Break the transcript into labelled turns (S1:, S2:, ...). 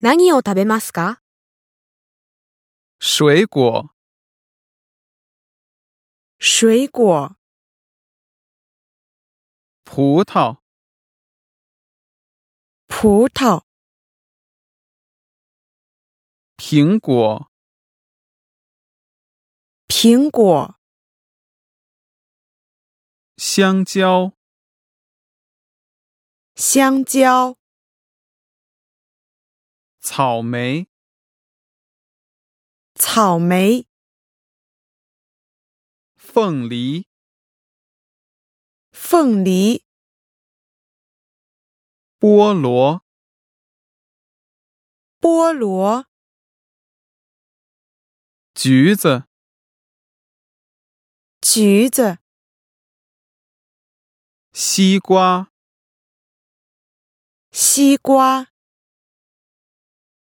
S1: 何を食べますか
S2: 水果、
S1: 水果、
S2: 葡萄、
S1: 葡萄、
S2: 苹果、
S1: 苹果、
S2: 香蕉、
S1: 香蕉、
S2: 草莓、
S1: 草莓、
S2: 凤梨、
S1: 凤梨、
S2: 菠萝、
S1: 菠萝、
S2: 橘子、
S1: 橘子、
S2: 西瓜。
S1: 西瓜。